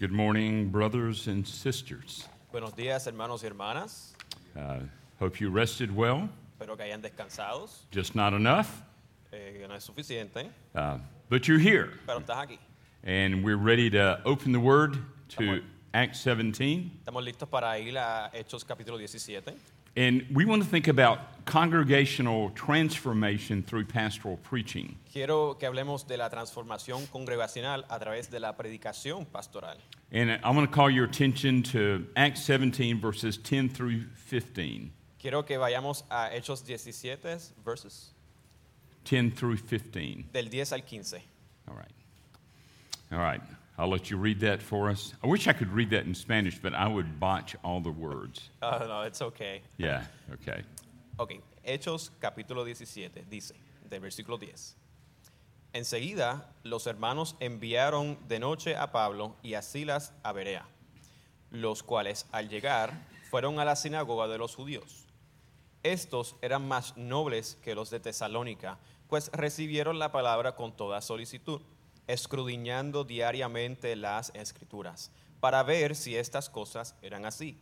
Good morning, brothers and sisters. Buenos días, hermanos y hermanas. Uh, hope you rested well, Espero que hayan descansados, just not enough, eh, que no es suficiente, uh, but you're here. pero estás aquí. And we're ready to open the word to Acts 17. Estamos listos para ir a Hechos capítulo 17. And we want to think about congregational transformation through pastoral preaching. Quiero que hablemos de la transformación congregacional a través de la predicación pastoral. And I want to call your attention to Acts 17, verses 10 through 15. Quiero que vayamos a Hechos 17, verses 10 through 15. del 10 al 15. All right. All right. I'll let you read that for us. I wish I could read that in Spanish, but I would botch all the words. Ah, no, it's okay. Yeah, okay. Ok, Hechos capítulo 17 dice, del versículo 10. Enseguida los hermanos enviaron de noche a Pablo y a Silas a Berea, los cuales al llegar fueron a la sinagoga de los judíos. Estos eran más nobles que los de Tesalónica, pues recibieron la palabra con toda solicitud, escudriñando diariamente las escrituras, para ver si estas cosas eran así.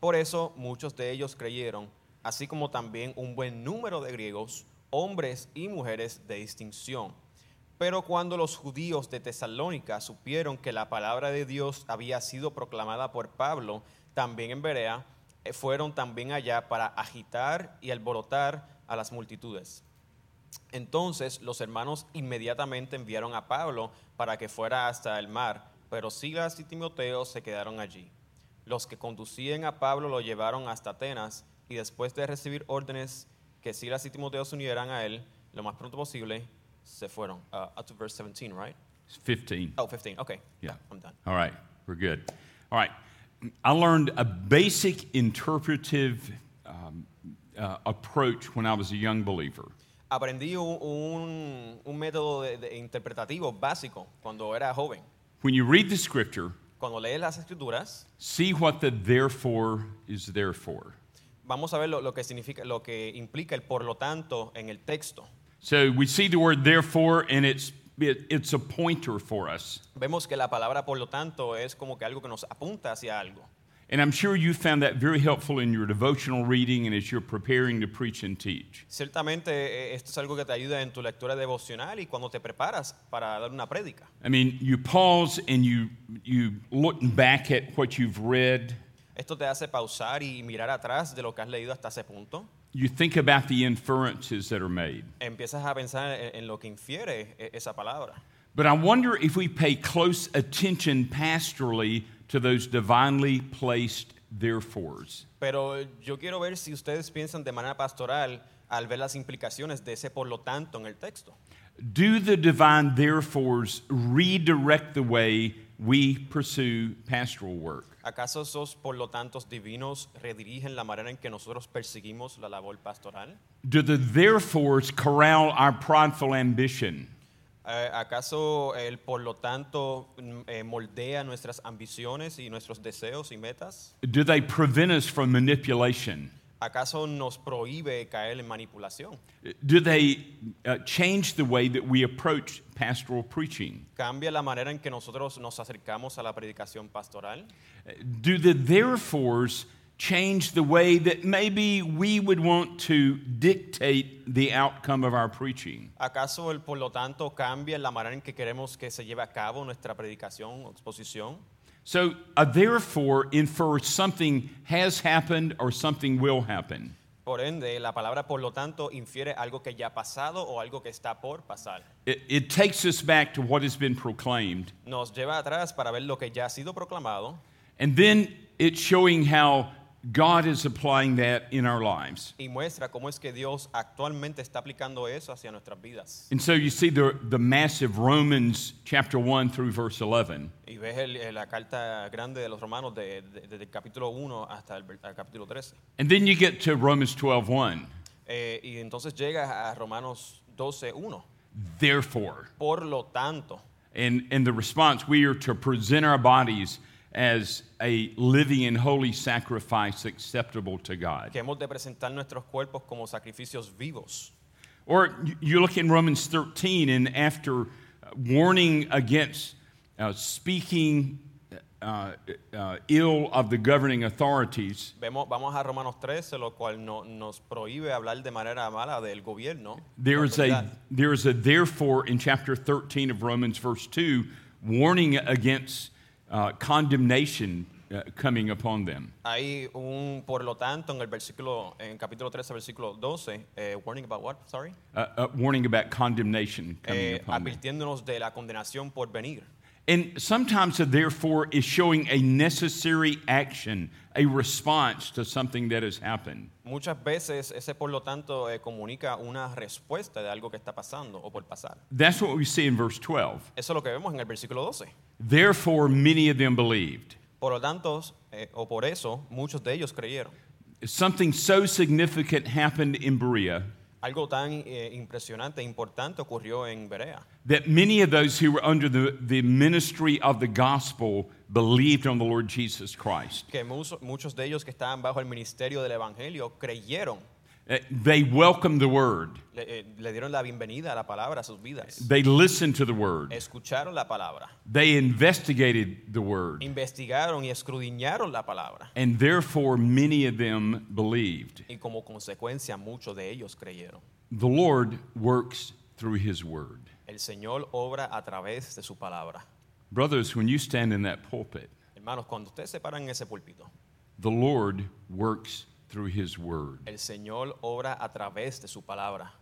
Por eso muchos de ellos creyeron, así como también un buen número de griegos, hombres y mujeres de distinción. Pero cuando los judíos de Tesalónica supieron que la palabra de Dios había sido proclamada por Pablo, también en Berea, eh, fueron también allá para agitar y alborotar a las multitudes. Entonces los hermanos inmediatamente enviaron a Pablo para que fuera hasta el mar, pero Silas y Timoteo se quedaron allí. Los que conducían a Pablo lo llevaron hasta Atenas y después de recibir órdenes que Silas y Timoteo se unieran a él lo más pronto posible, se fueron. Uh, up to verse 17, right? It's 15. Oh, 15, okay. Yeah. I'm done. All right. We're good. All right. I learned a basic interpretive um, uh, approach when I was a young believer. Aprendí un, un- un método de- de interpretativo básico cuando era joven. When you read the scripture, Cuando lees las escrituras, see what the therefore is there for. Vamos a ver lo, lo que significa, lo que implica el por lo tanto en el texto. So we see the word therefore, and it's, it, it's a pointer for us. Vemos que la palabra por lo tanto es como que algo que nos apunta hacia algo. And I'm sure you found that very helpful in your devotional reading and as you're preparing to preach and teach. Ciertamente eh, esto es algo que te ayuda en tu lectura devocional y cuando te preparas para dar una prédica. I mean, you pause and you you look back at what you've read. Esto te hace pausar y mirar atrás de lo que has leído hasta ese punto. You think about the inferences that are made. Empiezas a pensar en, en lo que infiere eh, esa palabra. But I wonder if we pay close attention pastorally to those divinely placed therefores. Pero yo quiero ver si ustedes piensan de manera pastoral al ver las implicaciones de ese por lo tanto en el texto. Do the divine therefores redirect the way we pursue pastoral work? ¿Acaso esos, por lo tanto, divinos redirigen la manera en que nosotros perseguimos la labor pastoral? Do the therefores corral our prideful ambition? Eh, ¿Acaso el, por lo tanto, mm, eh, moldea nuestras ambiciones y nuestros deseos y metas? Do they prevent us from manipulation? ¿Acaso nos prohíbe caer en manipulación? Do they uh, change the way that we approach pastoral preaching? ¿Cambia la manera en que nosotros nos acercamos a la predicación pastoral? Do the therefores change the way that maybe we would want to dictate the outcome of our preaching? ¿Acaso el, por lo tanto, cambia la manera en que queremos que se lleve a cabo nuestra predicación o exposición? So, a therefore infers something has happened or something will happen. Por ende, la palabra por lo tanto infiere algo que ya ha pasado o algo que está por pasar. It, it takes us back to what has been proclaimed, nos lleva atrás para ver lo que ya ha sido proclamado and then it's showing how God is applying that in our lives. y muestra cómo es que Dios actualmente está aplicando eso hacia nuestras vidas. And so you see the, the massive Romans chapter 1 through verse 11. Y ves el- eh, la carta grande de los romanos de- de- desde el capítulo 1 hasta el, ver- al capítulo 13. And then you get to Romans 12 Eh, y entonces llegas a Romanos 12, 1. Therefore, Por lo tanto, and, and the response, we are to present our bodies as a living and holy sacrifice acceptable to God. que hemos de presentar nuestros cuerpos como sacrificios vivos. Or you- you look in Romans 13, and after uh, warning against uh, speaking uh, uh, ill of the governing authorities, Vemos, vamos a Romanos 13, lo cual no- nos prohíbe hablar de manera mala del gobierno. there la is a autoridad. there is a therefore in chapter 13 of Romans, verse 2, warning against uh, condemnation uh, coming upon them. Hay un, por lo tanto, en el versículo, en capítulo 13, versículo 12, eh, warning about what, sorry, Uh, uh, warning about condemnation coming Eh, upon them. advirtiéndonos de la condenación por venir. And sometimes a therefore is showing a necessary action, a response to something that has happened. Muchas veces ese, por lo tanto, eh, comunica una respuesta de algo que está pasando o por pasar. That's what we see in verse 12. Eso es lo que vemos en el versículo 12. Therefore, many of them believed. Por lo tanto, eh, o por eso, muchos de ellos creyeron. Something so significant happened in Berea Algo tan eh, impresionante e importante ocurrió en Berea, that many of those who were under the, the ministry of the gospel believed on the Lord Jesus Christ. que muso- muchos de ellos que estaban bajo el ministerio del Evangelio creyeron, Uh, They welcomed the word, le, eh, le dieron la bienvenida a la palabra a sus vidas, they listened to the word, escucharon la palabra, they investigated the word, investigaron y escudriñaron la palabra, and therefore many of them believed. y como consecuencia muchos de ellos creyeron. The Lord works through His Word. El Señor obra a través de su palabra. Brothers, when you stand in that pulpit, Hermanos, cuando ustedes se paran en ese púlpito, the Lord works through His Word. el Señor obra a través de su palabra.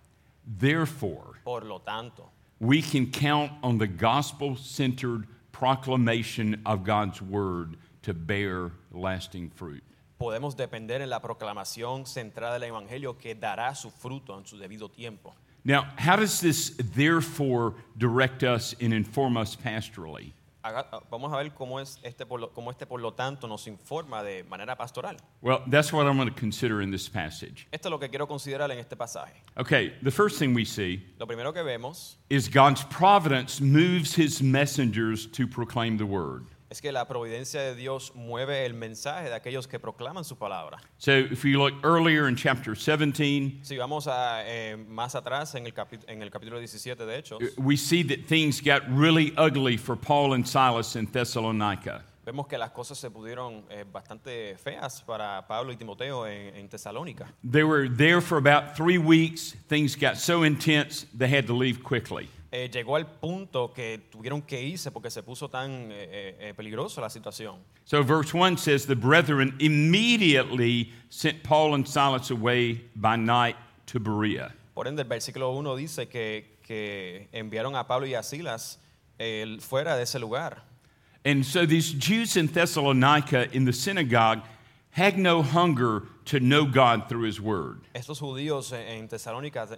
Therefore, Por lo tanto, we can count on the gospel centered proclamation of God's Word to bear lasting fruit. podemos depender en la proclamación centrada del Evangelio que dará su fruto en su debido tiempo. Now, how does this therefore direct us and inform us pastorally? Haga- vamos a ver cómo, es este por lo, cómo este, por lo tanto, nos informa de manera pastoral. Well, that's what I'm going to consider in this passage. Esto es lo que quiero considerar en este pasaje. Okay, the first thing we see Lo primero que vemos is God's providence moves his messengers to proclaim the word. es que la providencia de Dios mueve el mensaje de aquellos que proclaman su palabra. So if you look earlier in chapter 17, Si vamos a, eh, más atrás, en el, capi- en el capítulo 17 de Hechos, we see that things got really ugly for Paul and Silas in Thessalonica. vemos que las cosas se pudieron eh, bastante feas para Pablo y Timoteo en, en Tesalónica. They were there for about three weeks. Things got so intense, they had to leave quickly. Eh, llegó al punto que tuvieron que irse porque se puso tan eh, eh, peligrosa la situación. So verse 1 says, The brethren immediately sent Paul and Silas away by night to Berea. Por ende, el versículo 1 dice que, que enviaron a Pablo y a Silas eh, fuera de ese lugar. And so these Jews in Thessalonica in the synagogue had no hunger to know God through his word. Estos judíos en- en Tesalónica de-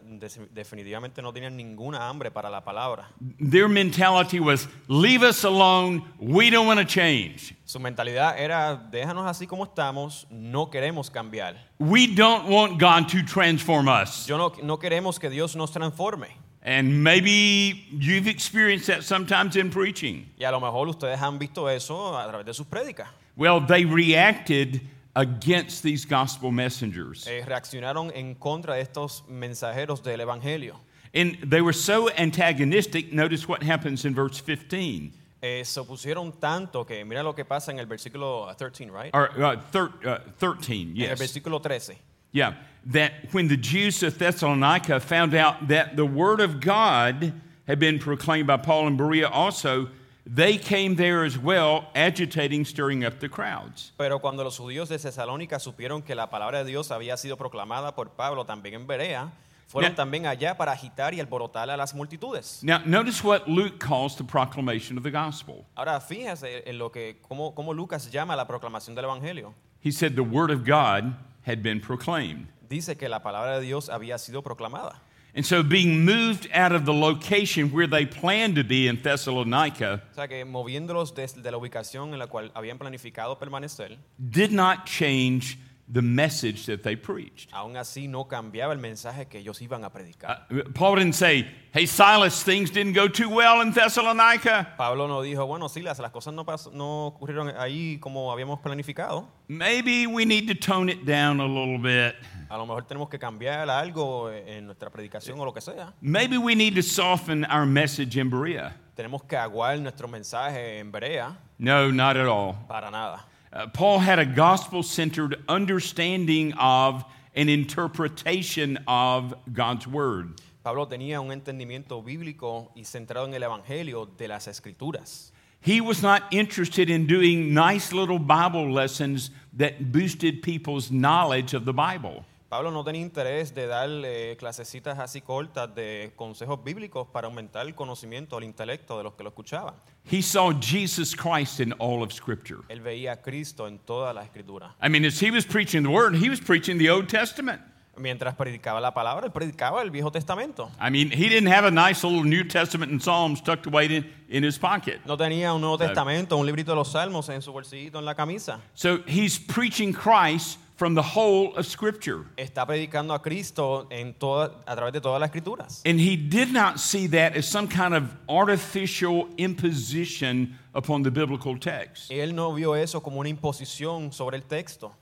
definitivamente no tenían ninguna hambre para la palabra. Their mentality was leave us alone, we don't want to change. Su mentalidad era, déjanos así como estamos, no queremos cambiar. We don't want God to transform us. Yo no, no queremos que Dios nos transforme. And maybe you've experienced that sometimes in preaching. Y a lo mejor ustedes han visto eso a través de sus prédicas. Well, they reacted against these gospel messengers. Eh, reaccionaron en contra de estos mensajeros del Evangelio. And they were so antagonistic. Notice what happens in verse 15. Eh, se opusieron tanto que, mira lo que pasa en el versículo 13, right? Or uh, thir- uh, 13, En el yes. versículo 13. Yeah, that when the Jews of Thessalonica found out that the word of God had been proclaimed by Paul and Berea also, they came there as well, agitating, stirring up the crowds. Pero cuando los judíos de Tesalónica supieron que la palabra de Dios había sido proclamada por Pablo también en Berea, fueron Ya. también allá para agitar y alborotar a las multitudes. Now, notice what Luke calls the proclamation of the gospel. Ahora fíjense en lo que, cómo, cómo Lucas llama la proclamación del Evangelio. He said the word of God had been proclaimed. Dice que la palabra de Dios había sido proclamada. And so, being moved out of the location where they planned to be in Thessalonica O sea que moviéndolos desde la ubicación en la cual habían planificado permanecer, did not change the message that they preached. Aún así no cambiaba el mensaje que ellos iban a predicar. Uh, Paul didn't say, Hey, Silas, things didn't go too well in Thessalonica. Pablo no dijo, bueno, Silas, las cosas no, pas- no ocurrieron ahí como habíamos planificado. Maybe we need to tone it down a little bit. A lo mejor tenemos que cambiar algo en nuestra predicación o lo que sea. Maybe we need to soften our message in Berea. Tenemos que aguar nuestro mensaje en Berea. No, not at all. Para nada. Uh, Paul had a gospel centered understanding of and interpretation of God's word. Pablo tenía un entendimiento bíblico y centrado en el Evangelio de las Escrituras. He was not interested in doing nice little Bible lessons that boosted people's knowledge of the Bible. Pablo no tenía interés de darle clasecitas así cortas de consejos bíblicos para aumentar el conocimiento, el intelecto de los que lo escuchaban. He saw Jesus Christ in all of Scripture. Él veía a Cristo en toda la Escritura. I mean, as he was preaching the word, he was preaching the Old Testament. Mientras predicaba la palabra, él predicaba el Viejo Testamento. I mean, he didn't have a nice little New Testament and Psalms tucked away in, in his pocket. No tenía un Nuevo Testamento, un librito de los Salmos en su bolsillito, en la camisa. So he's preaching Christ from the whole of Scripture. Está predicando a Cristo en toda, a través de todas las Escrituras. And he did not see that as some kind of artificial imposition upon the biblical text. Él no vio eso como una imposición sobre el texto.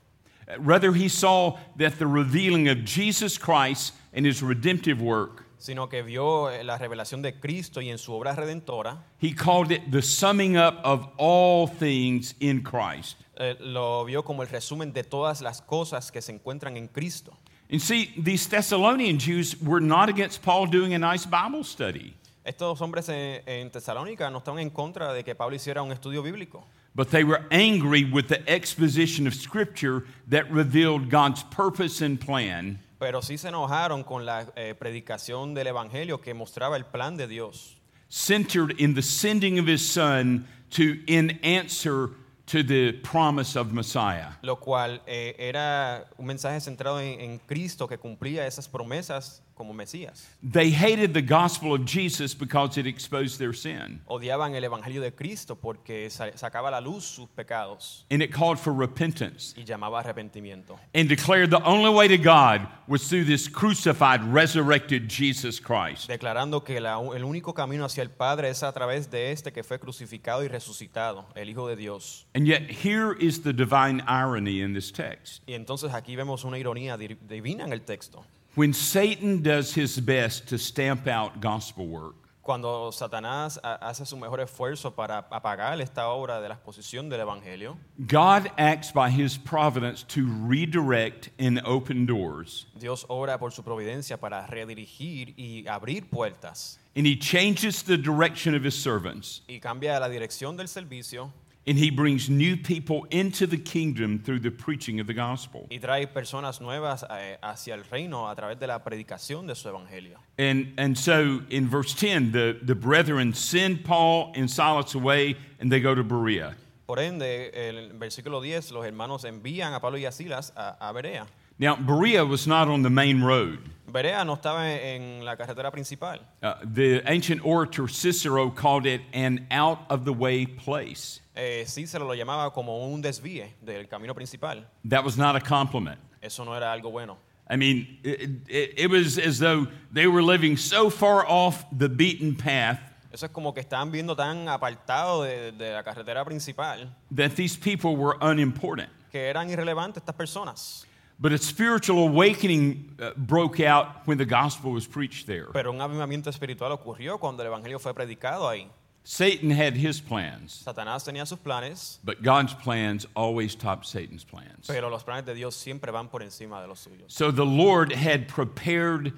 Rather, he saw that the revealing of Jesus Christ and his redemptive work, sino que vio eh, la revelación de Cristo y en su obra redentora, he called it the summing up of all things in Christ. eh, lo vio como el resumen de todas las cosas que se encuentran en Cristo. And see, these Thessalonian Jews were not against Paul doing a nice Bible study, Estos hombres en, en Tesalónica no estaban en contra de que Pablo hiciera un estudio bíblico, but they were angry with the exposition of Scripture that revealed God's purpose and plan. pero sí se enojaron con la eh, predicación del Evangelio que mostraba el plan de Dios, centered in the sending of his son to in answer to the promise of Messiah. lo cual eh, era un mensaje centrado en, en Cristo que cumplía esas promesas como Mesías. They hated the gospel of Jesus because it exposed their sin. Odiaban el Evangelio de Cristo porque sa- sacaba a la luz sus pecados And it called for repentance y llamaba arrepentimiento. and declared the only way to God was through this crucified, resurrected Jesus Christ. declarando que la- el único camino hacia el Padre es a través de este que fue crucificado y resucitado, el Hijo de Dios. And yet, here is the divine irony in this text. Y entonces aquí vemos una ironía di- divina en el texto. When Satan does his best to stamp out gospel work, Cuando Satanás ha- hace su mejor esfuerzo para apagar esta obra de la exposición del Evangelio, God acts by his providence to redirect and open doors. Dios obra por su providencia para redirigir y abrir puertas. and he changes the direction of his servants Y cambia la dirección del servicio and he brings new people into the kingdom through the preaching of the gospel y trae personas nuevas eh, hacia el reino a través de la predicación de su Evangelio. and, and so in verse 10 the, the brethren send paul and silas away and they go to berea Por ende, en el versículo 10, los hermanos envían a Pablo y a Silas a, a Berea. now berea was not on the main road Berea no estaba en la carretera principal. Uh, the ancient orator cicero called it an out of the way place Eh, Cícero lo llamaba como un desvíe del camino principal. that was not a compliment Eso no era algo bueno. I mean, it, it, it was as though they were living so far off the beaten path Eso es como que estaban viendo tan apartado de, de la carretera principal that these people were unimportant. que eran irrelevantes estas personas. But a spiritual awakening uh, broke out when the gospel was preached there. Pero un avivamiento espiritual ocurrió cuando el Evangelio fue predicado ahí. Satan had his plans, Satanás tenía sus planes, but God's plans always top Satan's plans. pero los planes de Dios siempre van por encima de los suyos. So the Lord had prepared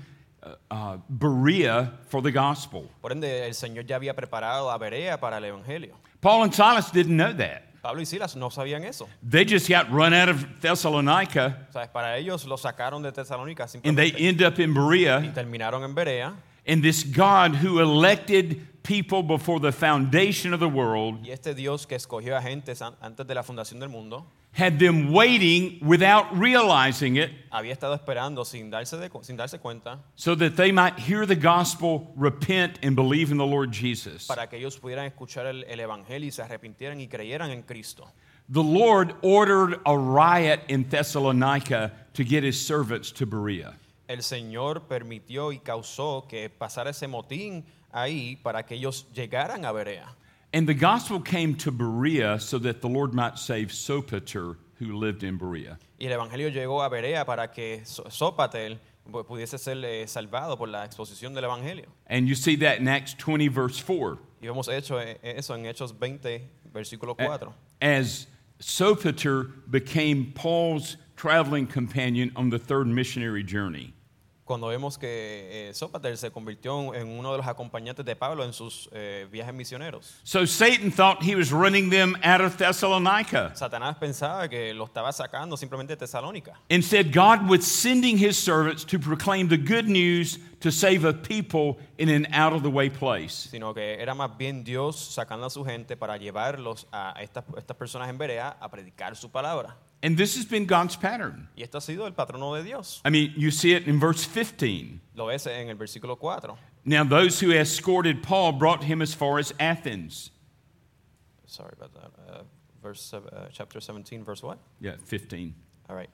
uh, uh, Berea for the gospel. Por ende, el Señor ya había preparado a Berea para el Evangelio. Paul and Silas didn't know that. Pablo y Silas no sabían eso. They just got run out of Thessalonica O sea, para ellos lo sacaron de Tesalónica and they simplemente. end up in Berea. terminaron en Berea. And this God who elected people before the foundation of the world Y este Dios que escogió a gente san- antes de la fundación del mundo had them waiting without realizing it había estado esperando sin darse, de cu- sin darse cuenta so that they might hear the gospel, repent, and believe in the Lord Jesus. para que ellos pudieran escuchar el, el Evangelio y se arrepintieran y creyeran en Cristo. The Lord ordered a riot in Thessalonica to get his servants to Berea. El Señor permitió y causó que pasara ese motín ahí para que ellos llegaran a Berea. And the gospel came to Berea so that the Lord might save Sopater, who lived in Berea. Y el Evangelio llegó a Berea para que So- Sópater pu- pudiese ser eh, salvado por la exposición del Evangelio. And you see that in Acts 20, verse 4. Y hemos hecho eh, eso en Hechos 20, versículo 4. As Sopater became Paul's traveling companion on the third missionary journey. Cuando vemos que eh, Sópater se convirtió en uno de los acompañantes de Pablo en sus eh, viajes misioneros. So Satan thought he was running them out of Thessalonica. Satanás pensaba que lo estaba sacando simplemente de Tesalónica. Instead, God was sending his servants to proclaim the good news to save a people in an out of the way place. sino que era más bien Dios sacando a su gente para llevarlos a estas, estas personas en Berea a predicar su palabra. And this has been God's pattern. Y esto ha sido el patrono de Dios. I mean, you see it in verse 15. Lo ves en el versículo 4. Now, those who escorted Paul brought him as far as Athens. Sorry about that. Uh, verse, sev- uh, chapter 17, verse what? Yeah, 15. All right.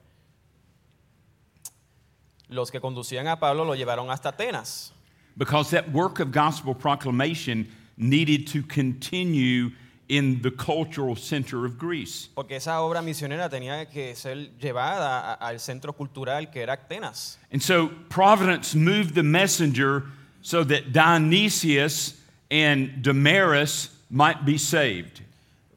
Los que conducían a Pablo lo llevaron hasta Atenas, Because that work of gospel proclamation needed to continue in the cultural center of Greece. porque esa obra misionera tenía que ser llevada a- al centro cultural que era Atenas. And so Providence moved the messenger so that Dionysius and Damaris might be saved.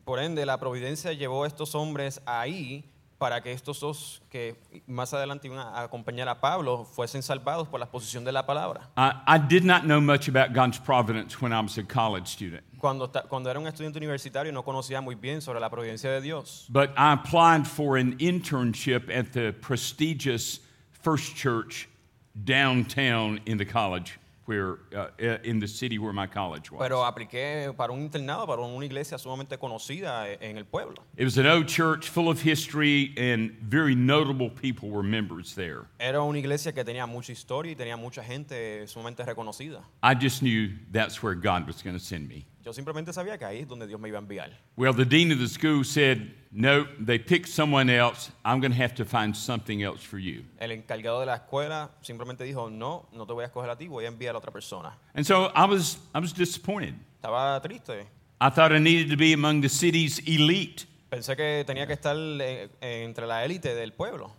Por ende, la providencia llevó a estos hombres ahí para que estos dos que más adelante iban a acompañar a Pablo fuesen salvados por la exposición de la palabra. I, I did not know much about God's providence when I was a college student, Cuando, esta- cuando era un estudiante universitario no conocía muy bien sobre la providencia de Dios, but I applied for an internship at the prestigious First Church downtown in the college where, uh, in the city where my college was. pero apliqué para un internado, para una iglesia sumamente conocida e- en el pueblo. It was an old church full of history, and very notable people were members there. Era una iglesia que tenía mucha historia y tenía mucha gente sumamente reconocida. I just knew that's where God was going to send me. Yo simplemente sabía que ahí es donde Dios me iba a enviar. Well, the dean of the school said, No, they picked someone else. I'm going to have to find something else for you. El encargado de la escuela simplemente dijo, no, no te voy a escoger a ti, voy a enviar a otra persona. And so I was, I was disappointed. Estaba triste, I thought I needed to be among the city's elite. Pensé que tenía que estar eh, eh, entre la élite del pueblo.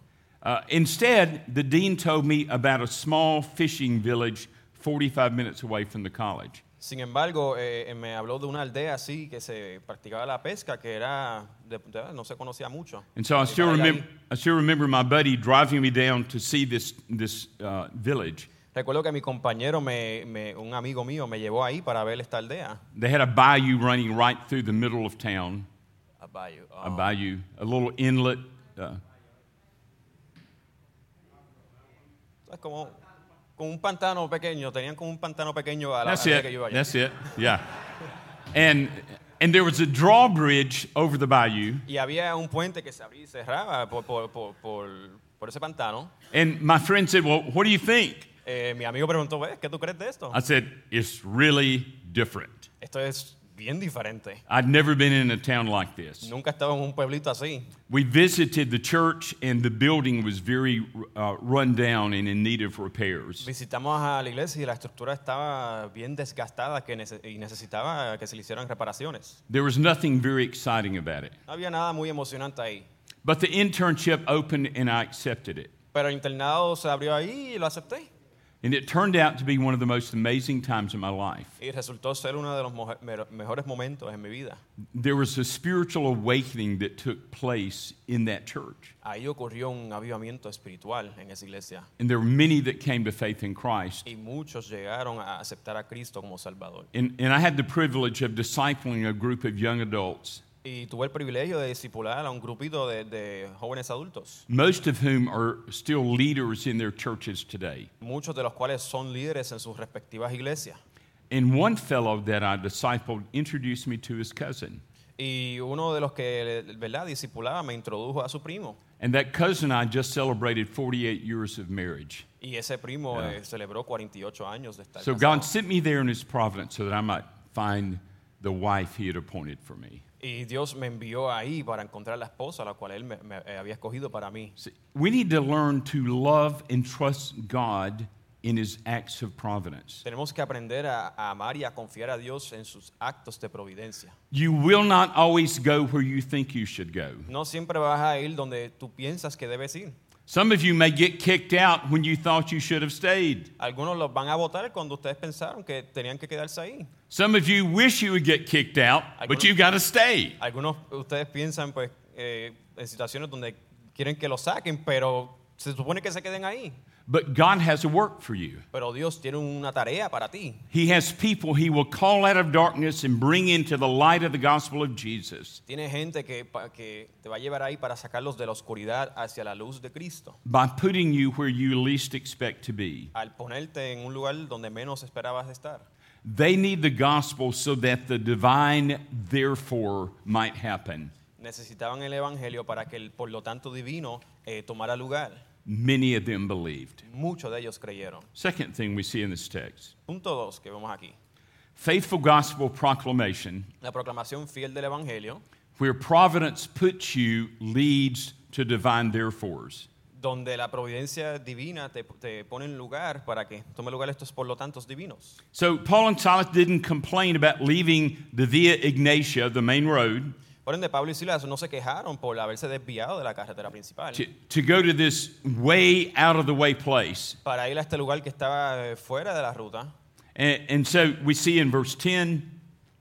Uh, instead, the dean told me about a small fishing village 45 minutes away from the college. Sin embargo, eh, eh, me habló de una aldea así que se practicaba la pesca, que era de- de- no se conocía mucho. And so I Y still, para ir remember, ahí. I still remember my buddy driving me down to see this, this uh, village. Recuerdo que mi compañero, me, me- un amigo mío, me llevó ahí para ver esta aldea. They had a bayou running right through the middle of town, a bayou, a little inlet. Uh, Es como, como un pantano pequeño. Tenían como un pantano pequeño a la that's aldea que it. yo iba allá. That's it. Yeah. And, and there was a drawbridge over the bayou. Y había un puente que se abría y cerraba por, por- por- por- por ese pantano. And my friend said, Well, what do you think? Eh, mi amigo preguntó, "Ves, ¿qué tú crees de esto? I said, It's really different. Esto es bien diferente. I'd never been in a town like this. Nunca he estado en un pueblito así. We visited the church, and the building was very uh, run down and in need of repairs. Visitamos a la iglesia y la estructura estaba bien desgastada que nece- y necesitaba que se le hicieran reparaciones. There was nothing very exciting about it. No había nada muy emocionante ahí. But the internship opened, and I accepted it. Pero el internado se abrió ahí y lo acepté. And it turned out to be one of the most amazing times of my life. Y resultó ser uno de los moje- mero- mejores momentos en mi vida. There was a spiritual awakening that took place in that church. Ahí ocurrió un avivamiento espiritual en esa iglesia. And there were many that came to faith in Christ. Y muchos llegaron a aceptar a Cristo como Salvador. And, and I had the privilege of discipling a group of young adults, Y tuve el privilegio de discipular a un grupito de- de jóvenes adultos, most of whom are still leaders in their churches today. muchos de los cuales son líderes en sus respectivas iglesias. And one fellow that I discipled introduced me to his cousin. Y uno de los que, ¿verdad?, discipulaba, me introdujo a su primo. And that cousin and I just celebrated 48 years of marriage. Y ese primo Yeah. eh, celebró 48 años de estar So casado. God sent me there in his providence so that I might find the wife he had appointed for me. Y Dios me envió ahí para encontrar la esposa, la cual Él me, me, eh, había escogido para mí. See, we need to learn to love and trust God in his acts of providence. Tenemos que aprender a, a amar y a confiar a Dios en sus actos de providencia. You will not always go where you think you should go. No siempre vas a ir donde tú piensas que debes ir. Some of you may get kicked out when you thought you should have stayed. Algunos los van a votar cuando ustedes pensaron que tenían que quedarse ahí. Some of you wish you would get kicked out, but you've got to stay. Algunos ustedes piensan pues eh, en situaciones donde quieren que lo saquen, pero se supone que se queden ahí. But God has a work for you. Pero Dios tiene una tarea para ti. He has people he will call out of darkness and bring into the light of the gospel of Jesus Tiene gente que, pa- que te va a llevar ahí para sacarlos de la oscuridad hacia la luz de Cristo. by putting you where you least expect to be. Al ponerte en un lugar donde menos esperabas estar. They need the gospel so that the divine therefore might happen. Necesitaban el Evangelio para que el por lo tanto divino eh, tomara lugar. Many of them believed. Muchos de ellos creyeron. Second thing we see in this text Punto dos que vemos aquí. faithful gospel proclamation, La proclamación fiel del Evangelio, where providence puts you, leads to divine therefores. donde la providencia divina te, te pone en lugar para que tome lugar estos por lo tanto divinos. So Paul and Silas didn't complain about leaving the Via Ignatia, the main road, Por ende, Pablo y Silas no se quejaron por haberse desviado de la carretera principal to, to go to this way out of the way place. para ir a este lugar que estaba eh, fuera de la ruta. And, and so we see in verse 10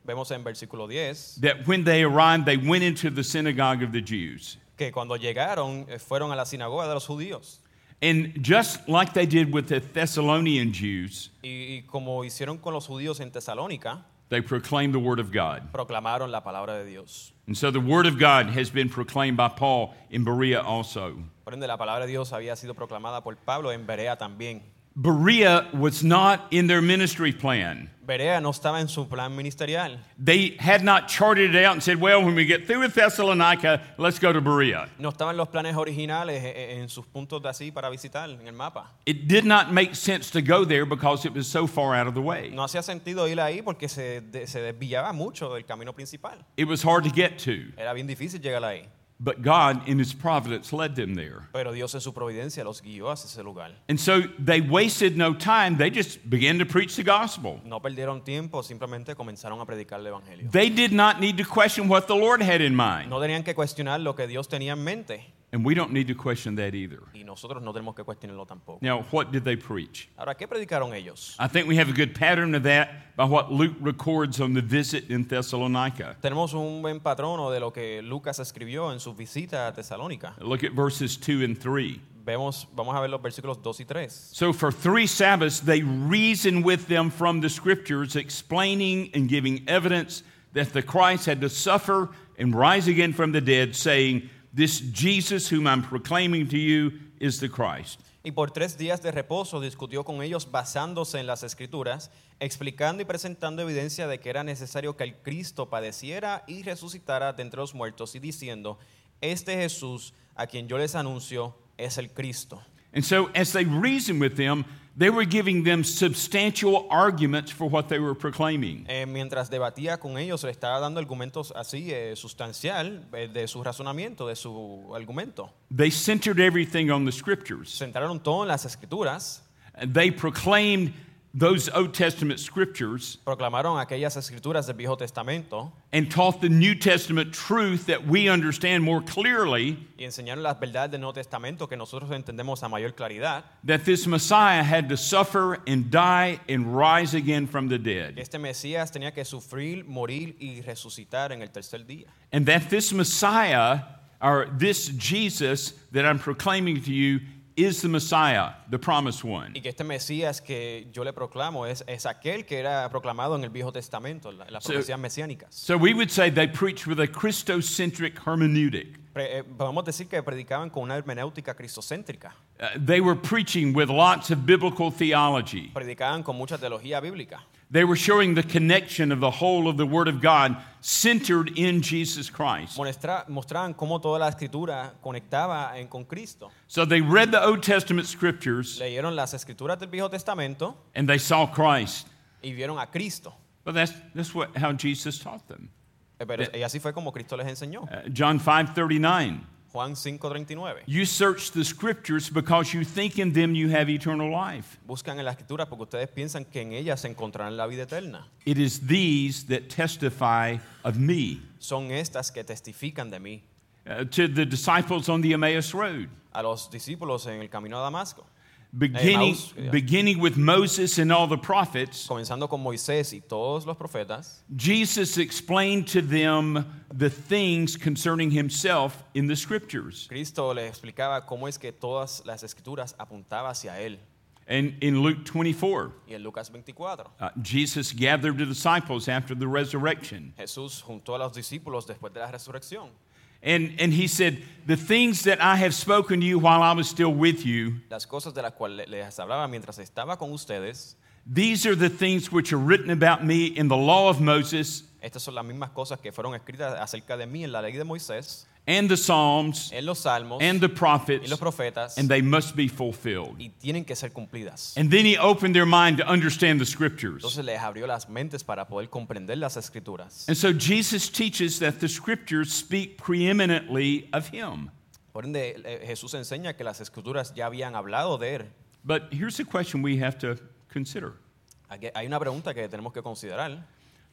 Vemos en versículo 10 that when they arrived, they went into the synagogue of the Jews. que cuando llegaron eh, fueron a la sinagoga de los judíos. And just like they did with the Thessalonian Jews, Y, y como hicieron con los judíos en Tesalónica, they proclaimed the word of God. proclamaron la palabra de Dios. And so the word of God has been proclaimed by Paul in Berea also. Por ende, la palabra de Dios había sido proclamada por Pablo en Berea también. Berea was not in their ministry plan. Berea no estaba en su plan ministerial. They had not charted it out and said, well, when we get through with Thessalonica, let's go to Berea. No estaban los planes originales eh, eh, en sus puntos de así para visitar en el mapa. It did not make sense to go there because it was so far out of the way. No hacía sentido ir ahí porque se, de- se desviaba mucho del camino principal. It was hard to get to. Era bien difícil llegar ahí. But God, in His providence, led them there. Pero Dios en su providencia los guió hacia ese lugar. And so they wasted no time. They just began to preach the gospel. No perdieron tiempo, simplemente comenzaron a predicar el Evangelio. They did not need to question what the Lord had in mind. No tenían que cuestionar lo que Dios tenía en mente. And we don't need to question that either. Y nosotros no tenemos que cuestionarlo tampoco. Now, what did they preach? Ahora, ¿qué predicaron ellos? I think we have a good pattern of that by what Luke records on the visit in Thessalonica. Tenemos un buen patrono de lo que Lucas escribió en sus visitas a Tesalónica. Look at verses 2 and 3. Vemos, vamos a ver los versículos 2 y 3. So, for three Sabbaths, they reasoned with them from the scriptures, explaining and giving evidence that the Christ had to suffer and rise again from the dead, saying, This Jesus whom I'm proclaiming to you is the Christ. Y por tres días de reposo discutió con ellos basándose en las escrituras, explicando y presentando evidencia de que era necesario que el Cristo padeciera y resucitara de entre los muertos y diciendo, este Jesús a quien yo les anuncio es el Cristo. And so, as they reasoned with them, they were giving them substantial arguments for what they were proclaiming. Eh, mientras debatía con ellos, le estaba dando argumentos así, eh, sustancial, eh, de su razonamiento, de su argumento. They centered everything on the scriptures. Centraron todo en las escrituras, And They proclaimed those Old Testament scriptures proclamaron aquellas escrituras del Viejo Testamento and taught the New Testament truth that we understand more clearly y enseñaron las verdades del Nuevo Testamento que nosotros entendemos a mayor claridad. that this Messiah had to suffer and die and rise again from the que dead. este Mesías tenía que sufrir, morir y resucitar en el tercer día. And that this Messiah, or this Jesus that I'm proclaiming to you, is the Messiah, the promised one. Y que este Mesías que yo le proclamo es, es aquel que era proclamado en el Viejo Testamento, la- las So- profecías mesiánicas. So we would say they preach with a Christocentric hermeneutic. Pre- eh, podemos decir que predicaban con una hermenéutica cristocéntrica, Uh, they were preaching with lots of biblical theology. predicaban con mucha teología bíblica. They were showing the connection of the whole of the Word of God centered in Jesus Christ. Monestra- mostraban cómo toda la escritura conectaba en- con Cristo. So they read the Old Testament scriptures Leyeron las escrituras del Viejo Testamento and they saw Christ. y vieron a Cristo. Well, that's, that's what, how Jesus taught them. Eh, Pero y así fue como Cristo les enseñó. Uh, John 5:39. Juan 5:39. You search the scriptures because you think in them you have eternal life. Buscan en las escrituras porque ustedes piensan que en ellas se encontrarán la vida eterna. It is these that testify of me. Son estas que testifican de mí Uh, to the disciples on the Emmaus road, a los discípulos en el camino a Damasco, beginning Emmaus, yeah. beginning with Moses and all the prophets, comenzando con Moisés y todos los profetas. Jesus explained to them the things concerning himself in the scriptures. Cristo les explicaba cómo es que todas las escrituras apuntaban hacia él. And in Luke 24, Y en Lucas 24, uh, Jesus gathered the disciples after the resurrection. Jesús juntó a los discípulos después de la resurrección. And, and he said, The things that I have spoken to you while I was still with you, Las cosas de las cuales les hablaba mientras estaba con ustedes, these are the things which are written about me in the law of Moses estas son las mismas cosas que fueron escritas acerca de mí en la ley de Moisés, and the Psalms en los salmos and the y prophets, los profetas, and they must be fulfilled. y tienen que ser cumplidas. And then he opened their mind to understand the scriptures. Entonces les abrió las mentes para poder comprender las escrituras. And so Jesus teaches that the scriptures speak preeminently of him. Por ende, eh, Jesús enseña que las escrituras ya habían hablado de él. But here's a question we have to consider Aquí Hay una pregunta que tenemos que considerar.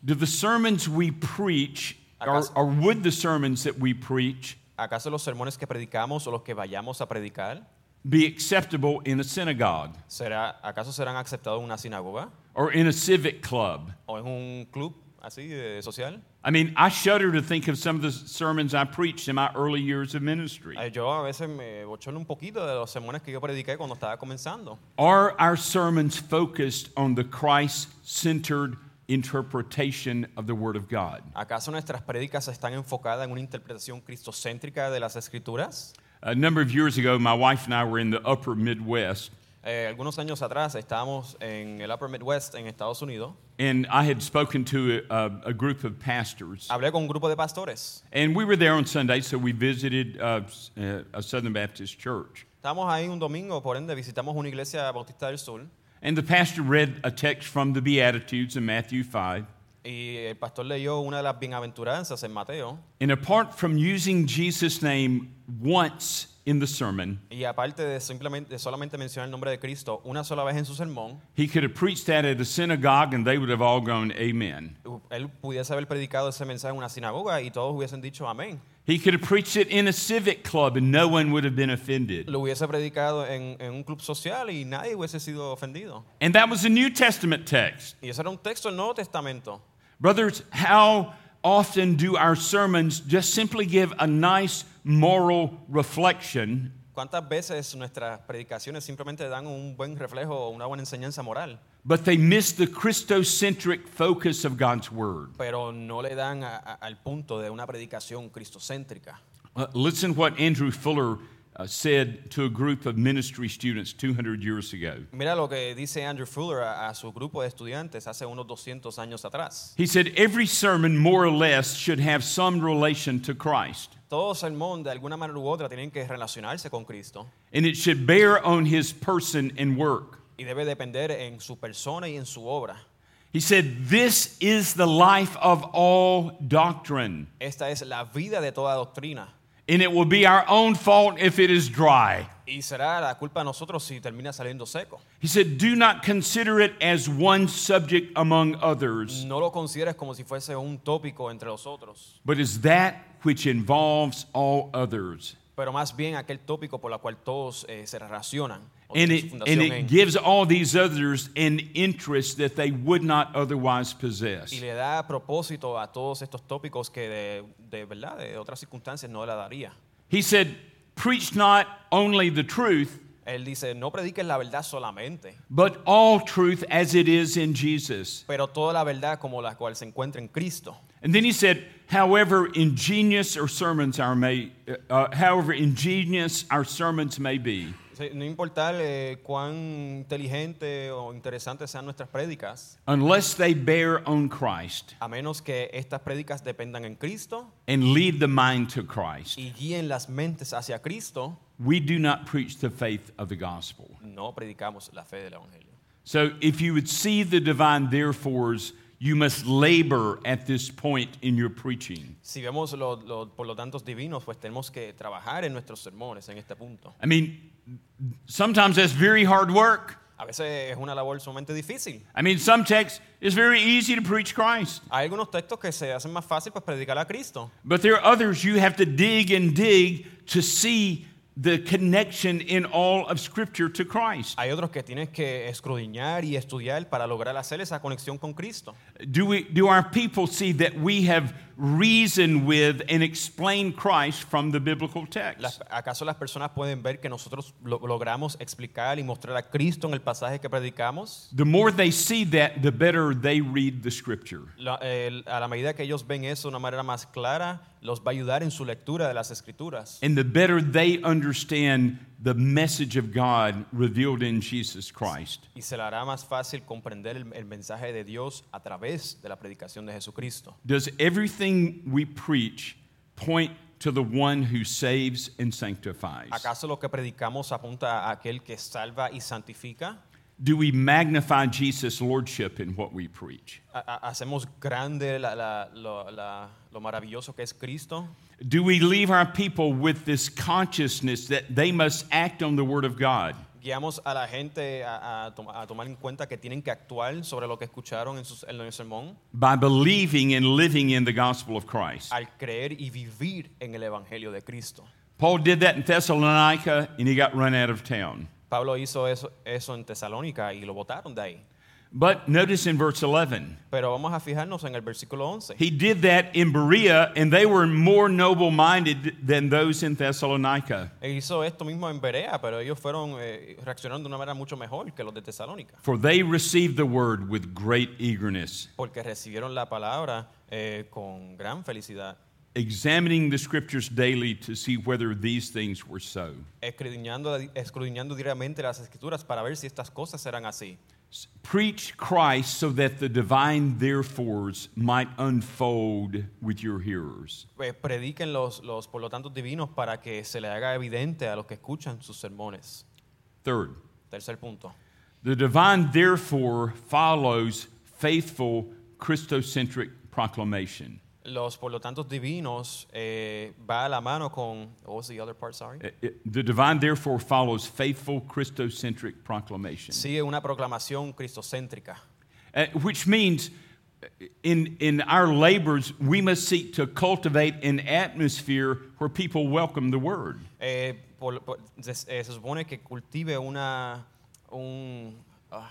Do the sermons we preach, or, Acaso- or would the sermons that we preach, ¿Acaso los sermones que predicamos o los que vayamos a predicar, be acceptable in a synagogue será, ¿acaso serán aceptados en una sinagoga or in a civic club? o en un club así eh, social? I mean, I shudder to think of some of the sermons I preached in my early years of ministry. Eh, Yo a veces me bochorno un poquito de los sermones que yo prediqué cuando estaba comenzando. Are our sermons focused on the Christ centered interpretation of the Word of God? ¿Acaso nuestras prédicas están enfocadas en una interpretación cristocéntrica de las escrituras? A number of years ago, my wife and I were in the upper Midwest, Eh, algunos años atrás estábamos en el Upper Midwest en Estados Unidos. and I had spoken to a, a group of pastors. Hablé con un grupo de pastores. And we were there on Sunday, so we visited uh, s- uh, a Southern Baptist church. Estábamos ahí un domingo, por ende visitamos una iglesia bautista del sur And the pastor read a text from the Beatitudes in Matthew 5. y el pastor leyó una de las bienaventuranzas en Mateo. And apart from using Jesus' name once in the sermon, Y aparte de simplemente de solamente mencionar el nombre de Cristo una sola vez en su sermón, he could have preached that at a synagogue and they would have all gone, Amen. él pudiese haber predicado ese mensaje en una sinagoga y todos hubiesen dicho amén. He could have preached it in a civic club and no one would have been offended. Lo hubiese predicado en, en un club social y nadie hubiese sido ofendido. And that was a New Testament text. Y eso era un texto del Nuevo Testamento. Brothers, how often do our sermons just simply give a nice moral reflection ¿Cuántas veces nuestras predicaciones simplemente dan un buen reflejo o una buena enseñanza moral? But they miss the Christocentric focus of God's Word. pero no le dan a- a- al punto de una predicación cristocéntrica. Uh, listen what Andrew Fuller uh, said to a group of ministry students 200 years ago. Mira lo que dice Andrew Fuller a, a su grupo de estudiantes hace unos 200 años atrás. He said, Every sermon, more or less, should have some relation to Christ, Todo sermón de alguna manera u otra tienen que relacionarse con Cristo and it should bear on his person and work. y debe depender en su persona y en su obra. He said, This is the life of all doctrine, Esta es la vida de toda doctrina and it will be our own fault if it is dry. y será la culpa de nosotros si termina saliendo seco. He said, Do not consider it as one subject among others. No lo consideres como si fuese un tópico entre los otros, but is that which involves all others. pero más bien aquel tópico por la cual todos eh, se relacionan. o And tienen it, su and fundación it en- gives all these others an interest that they would not otherwise y possess. le da propósito a todos estos tópicos que de, de verdad de otras circunstancias no la daría. He said, Preach not only the truth, Él dice, no prediques la verdad solamente, but all truth as it is in Jesus. pero toda la verdad como la cual se encuentra en Cristo. And then he said, However ingenious our sermons are may, uh, however ingenious our sermons may be, Sí, No importar eh, cuán inteligente o interesante sean nuestras prédicas, unless they bear on Christ a menos que estas prédicas dependan en Cristo and lead the mind to Christ, y guíen las mentes hacia Cristo, we do not preach the faith of the gospel. no predicamos la fe del Evangelio. So if you would see the divine therefores, You must labor at this point in your preaching. Si vemos lo- lo- por lo tanto divinos, pues tenemos que trabajar en nuestros sermones en este punto. I mean, sometimes that's very hard work. A veces es una labor sumamente difícil. I mean, some texts, it's very easy to preach Christ, Hay algunos textos que se hacen más fácil pues predicar a Cristo, but there are others you have to dig and dig to see the connection in all of Scripture to Christ. hay otros que tienes que escudriñar y estudiar para lograr hacer esa conexión con Cristo. Do, we, do our people see that we have reasoned with and explained Christ from the biblical Las- text? ¿Acaso las personas pueden ver que nosotros lo- logramos explicar y mostrar a Cristo en el pasaje que predicamos? The more they see that, the better they read the Scripture. La- el- a la medida que ellos ven eso de una manera más clara, los va a ayudar en su lectura de las escrituras. and the better they understand the message of God revealed in Jesus Christ. Y se le hará más fácil comprender el, el mensaje de Dios a través de la predicación de Jesucristo. Does everything we preach point to the one who saves and sanctifies? ¿Acaso lo que predicamos apunta a aquel que salva y santifica? Do we magnify Jesus' lordship in what we preach? Ha- ha- ¿Hacemos grande la- la- lo, la- lo maravilloso que es Cristo? Do we leave our people with this consciousness that they must act on the Word of God? guiamos a la gente a, a tom- a tomar en cuenta que tienen que actuar sobre lo que escucharon en, sus- en el sermón By believing and living in the gospel of Christ. al creer y vivir en el Evangelio de Cristo. Paul did that in Thessalonica and he got run out of town. Pablo hizo eso, eso en Tesalónica y lo botaron de ahí. But notice in verse 11, Pero vamos a fijarnos en el versículo 11. He did that in Berea, and they were more noble minded than those in Thessalonica. Él hizo esto mismo en Berea, pero ellos fueron eh, reaccionando de una manera mucho mejor que los de Tesalónica, For they received the word with great eagerness, porque recibieron la palabra eh, con gran felicidad, examining the scriptures daily to see whether these things were so. escudriñando, escudriñando diariamente las escrituras para ver si estas cosas eran así. Preach Christ so that the divine therefores might unfold with your hearers. Pues, prediquen los, los por lo tanto divinos para que se le haga evidente a los que escuchan sus sermones. Third, Tercer punto. the divine therefore follows faithful Christocentric proclamation. Los por lo tanto divinos eh, va a la mano con what was the other part, sorry? It- it- Uh, the divine therefore follows faithful Christocentric proclamation, Sigue una proclamación cristocéntrica, Uh, which means uh, in, in our labors, we must seek to cultivate an atmosphere where people welcome the word. Eh, por- por- se, eh, se supone que cultive una un, ah,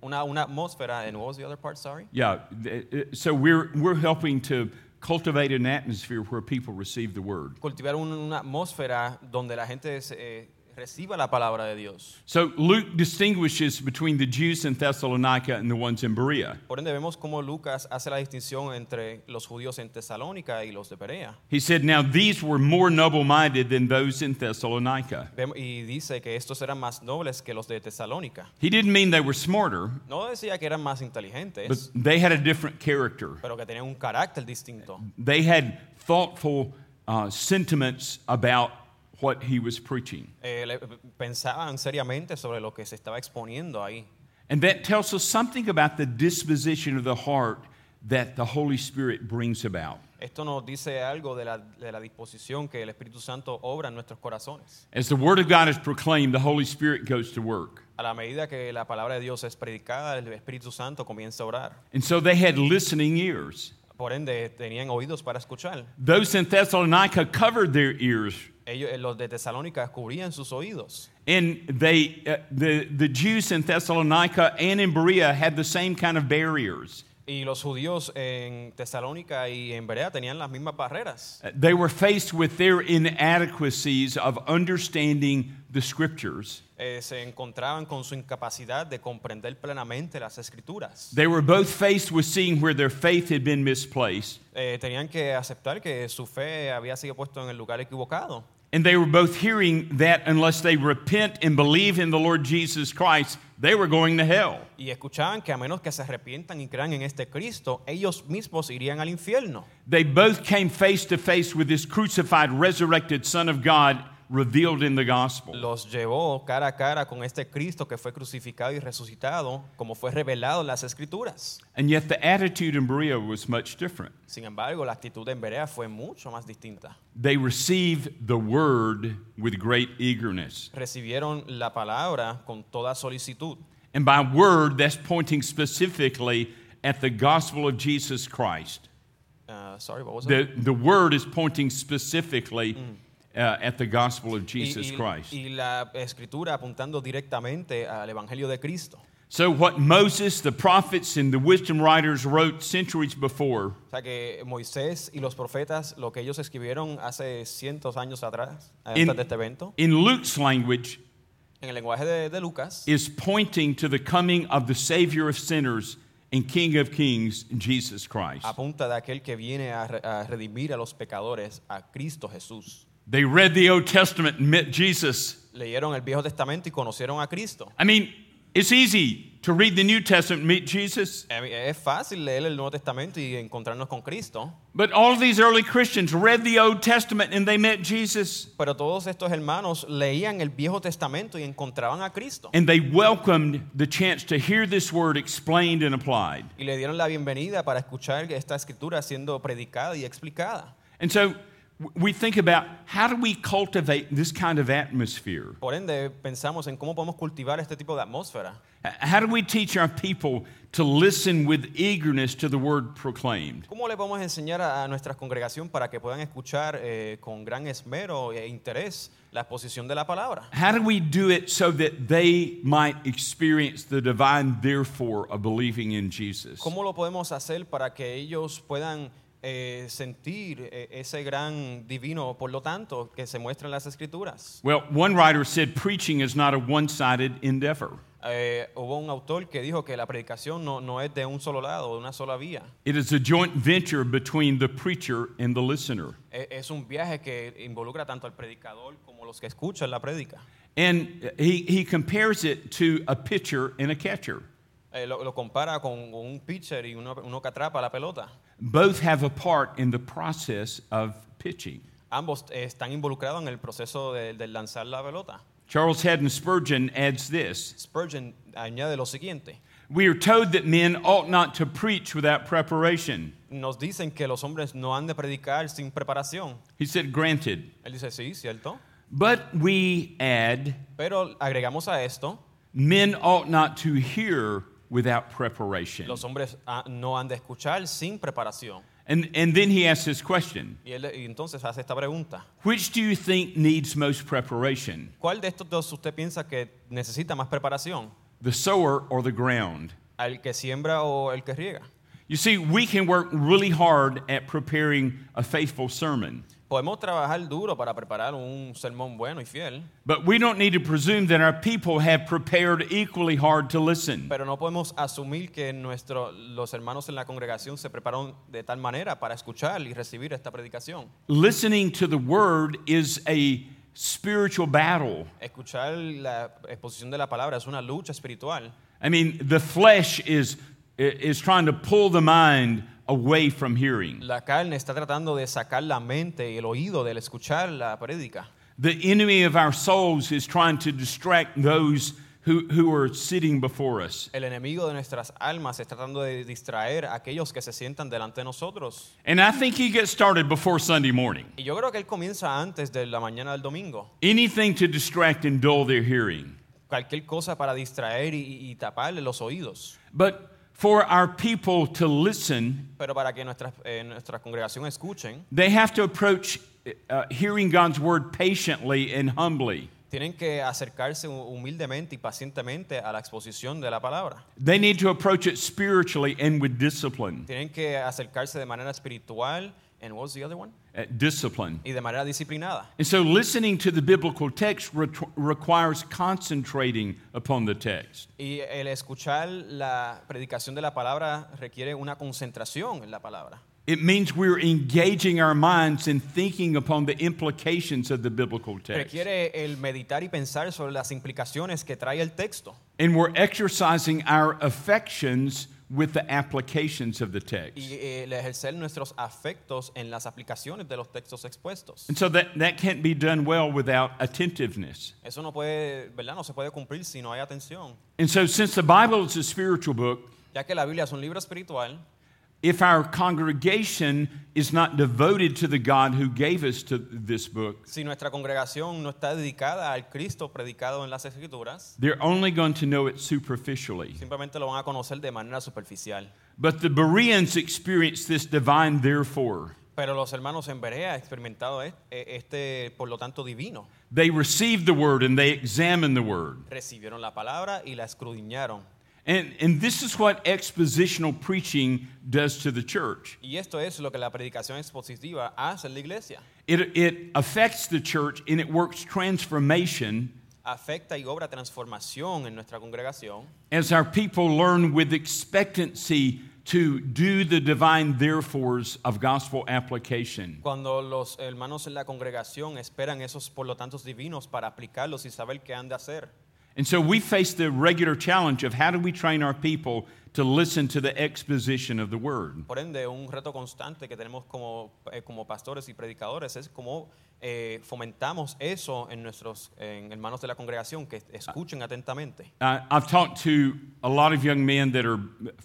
una, una atmósfera en what was the other part, sorry? Yeah, th- uh, so we're, we're helping to cultivate an atmosphere where people receive the word. Cultivar un- una atmósfera donde la gente se, eh, reciba la palabra de Dios. So Luke distinguishes between the Jews in Thessalonica and the ones in Berea. Por ende vemos cómo Lucas hace la distinción entre los judíos en Tesalónica y los de Perea. He said, Now these were more noble minded than those in Thessalonica. Vem- Y dice que estos eran más nobles que los de Tesalónica. He didn't mean they were smarter, No decía que eran más But inteligentes, they had a different character. pero que tenían un carácter distinto. They had thoughtful uh, sentiments about what he was preaching. Eh, le- pensaban seriamente sobre lo que se estaba exponiendo ahí. And that tells us something about the disposition of the heart that the Holy Spirit brings about. Esto nos dice algo de la, de la disposición que el Espíritu Santo obra en nuestros corazones. As the Word of God is proclaimed, the Holy Spirit goes to work. A la medida que la palabra de Dios es predicada, el Espíritu Santo comienza a orar. And so they had listening ears. Por ende, tenían oídos para escuchar. Those in Thessalonica covered their ears, Ellos, eh, los de Tesalónica cubrían sus oídos. and they, uh, the, the Jews in Thessalonica and in Berea had the same kind of barriers. Y los judíos en Tesalónica y en Berea tenían las mismas barreras. They were faced with their inadequacies of understanding the scriptures. Eh, se encontraban con su incapacidad de comprender plenamente las escrituras. They were both faced with seeing where their faith had been misplaced, Eh, tenían que aceptar que su fe había sido puesta en el lugar equivocado. and they were both hearing that unless they repent and believe in the Lord Jesus Christ, they were going to hell. Y escuchaban que a menos que se arrepientan y crean en este Cristo, ellos mismos irían al infierno. They both came face to face with this crucified, resurrected Son of God revealed in the gospel. los llevó cara a cara con este Cristo que fue crucificado y resucitado, como fue revelado en las Escrituras. And yet the attitude in Berea was much different. Sin embargo, la actitud en Berea fue mucho más distinta. They received the word with great eagerness. Recibieron la palabra con toda solicitud. And by word, that's pointing specifically at the gospel of Jesus Christ. Uh, sorry, what was it? The, the word is pointing specifically uh, at the gospel of Y- Jesus y- Christ. y la escritura apuntando directamente al Evangelio de Cristo. So, what Moses, the prophets, and the wisdom writers wrote centuries before, O sea que Moisés y los profetas, lo que ellos escribieron hace cientos años atrás, antes In- de este evento, in Luke's language, en el lenguaje de, de Lucas, is pointing to the coming of the Savior of sinners and King of kings, Jesus Christ. apunta de aquel que viene a, re- a redimir a los pecadores, a Cristo Jesús. They read the Old Testament and met Jesus. Leyeron el Viejo Testamento y conocieron a Cristo. I mean, it's easy to read the New Testament and meet Jesus, Eh, eh, Es fácil leer el Nuevo Testamento y encontrarnos con Cristo, but all these early Christians read the Old Testament and they met Jesus pero todos estos hermanos leían el Viejo Testamento y encontraban a Cristo. and they welcomed the chance to hear this word explained and applied. Y le dieron la bienvenida para escuchar esta escritura siendo predicada y explicada. And so w- we think about how do we cultivate this kind of atmosphere? Por ende, pensamos en cómo podemos cultivar este tipo de atmósfera. H- How do we teach our people to listen with eagerness to the word proclaimed? ¿Cómo le podemos enseñar a a nuestra congregación para que puedan escuchar eh, con gran esmero e interés la exposición de la palabra? How do we do it so that they might experience the divine therefore of believing in Jesus? ¿Cómo lo podemos hacer para que ellos puedan eh, sentir eh, ese gran divino, por lo tanto, que se muestra en las escrituras? Well, one writer said preaching is not a one sided endeavor, Eh, hubo un autor que dijo que la predicación no, no es de un solo lado, de una sola vía. it is a joint venture between the preacher and the listener. E- Es un viaje que involucra tanto al predicador como los que escuchan la prédica. And he, he compares it to a pitcher and a catcher. Eh, lo, lo compara con un pitcher y uno, uno que atrapa la pelota. Both have a part in the process of pitching. Ambos eh, están involucrados en el proceso de, de lanzar la pelota. Charles Haddon Spurgeon adds this Spurgeon añade lo siguiente. We are told that men ought not to preach without preparation. Nos dicen que los hombres no han de predicar sin preparación. He said, Granted. Él dice, sí, cierto. But we add, Pero agregamos a esto, men ought not to hear without preparation. los hombres ah, no han de escuchar sin preparación. And, and then he asks this question Y, él, y entonces hace esta pregunta. Which do you think needs most preparation, ¿Cuál de estos dos usted piensa que necesita más preparación? the sower or the ground? ¿Al que siembra o el que riega? You see, we can work really hard at preparing a faithful sermon, Podemos trabajar duro para preparar un sermón bueno y fiel, but we don't need to presume that our people have prepared equally hard to listen. pero no podemos asumir que nuestro, los hermanos en la congregación se prepararon de tal manera para escuchar y recibir esta predicación. Listening to the word is a spiritual battle. Escuchar la exposición de la palabra es una lucha espiritual. I mean, the flesh is, is trying to pull the mind away from hearing. La carne está tratando de sacar la mente y el oído del escuchar la prédica. The enemy of our souls is trying to distract those who, who are sitting before us. El enemigo de nuestras almas está tratando de distraer a aquellos que se sientan delante de nosotros. And I think he gets started before Sunday morning. Y yo creo que él comienza antes de la mañana del domingo. Anything to distract and dull their hearing. Cualquier cosa para distraer y- y taparle los oídos. But for our people to listen, Pero para que nuestras, eh, nuestra congregación escuchen, they have to approach uh, hearing God's word patiently and humbly. tienen que acercarse hu- humildemente y pacientemente a la exposición de la palabra. They need to approach it spiritually and with discipline. Tienen que acercarse de manera espiritual and what's the other one? Uh, discipline. y de manera disciplinada. And so, listening to the biblical text re- requires concentrating upon the text. Y el escuchar la predicación de la palabra requiere una concentración en la palabra. It means we're engaging our minds in thinking upon the implications of the biblical text. Requiere el meditar y pensar sobre las implicaciones que trae el texto. And we're exercising our affections with the applications of the text. y eh, el ejercer nuestros afectos en las aplicaciones de los textos expuestos. And so that, that can't be done well without attentiveness. Eso no puede, ¿verdad? No se puede cumplir si no hay atención. And so, since the Bible is a spiritual book, Ya que la Biblia es un libro espiritual, if our congregation is not devoted to the God who gave us to this book, si nuestra congregación no está dedicada al Cristo predicado en las Escrituras, they're only going to know it superficially. simplemente lo van a conocer de manera superficial. But the Bereans experienced this divine therefore. Pero los hermanos en Berea han experimentado est- eh, este, por lo tanto, divino. They received the word and they examined the word. Recibieron la palabra y la escudriñaron. And, and this is what expositional preaching does to the church. Y esto es lo que la predicación expositiva hace en la iglesia. It, it affects the church and it works transformation Afecta y obra transformación en nuestra congregación as our people learn with expectancy to do the divine therefores of gospel application. Cuando los hermanos en la congregación esperan esos por lo tanto divinos para aplicarlos y saber qué han de hacer. And so we face the regular challenge of how do we train our people to listen to the exposition of the word? Por ende, un reto constante que tenemos como, eh, como pastores y predicadores es cómo eh, fomentamos eso en nuestros en hermanos de la congregación que escuchen atentamente. I Uh, I've talked to a lot of young men that are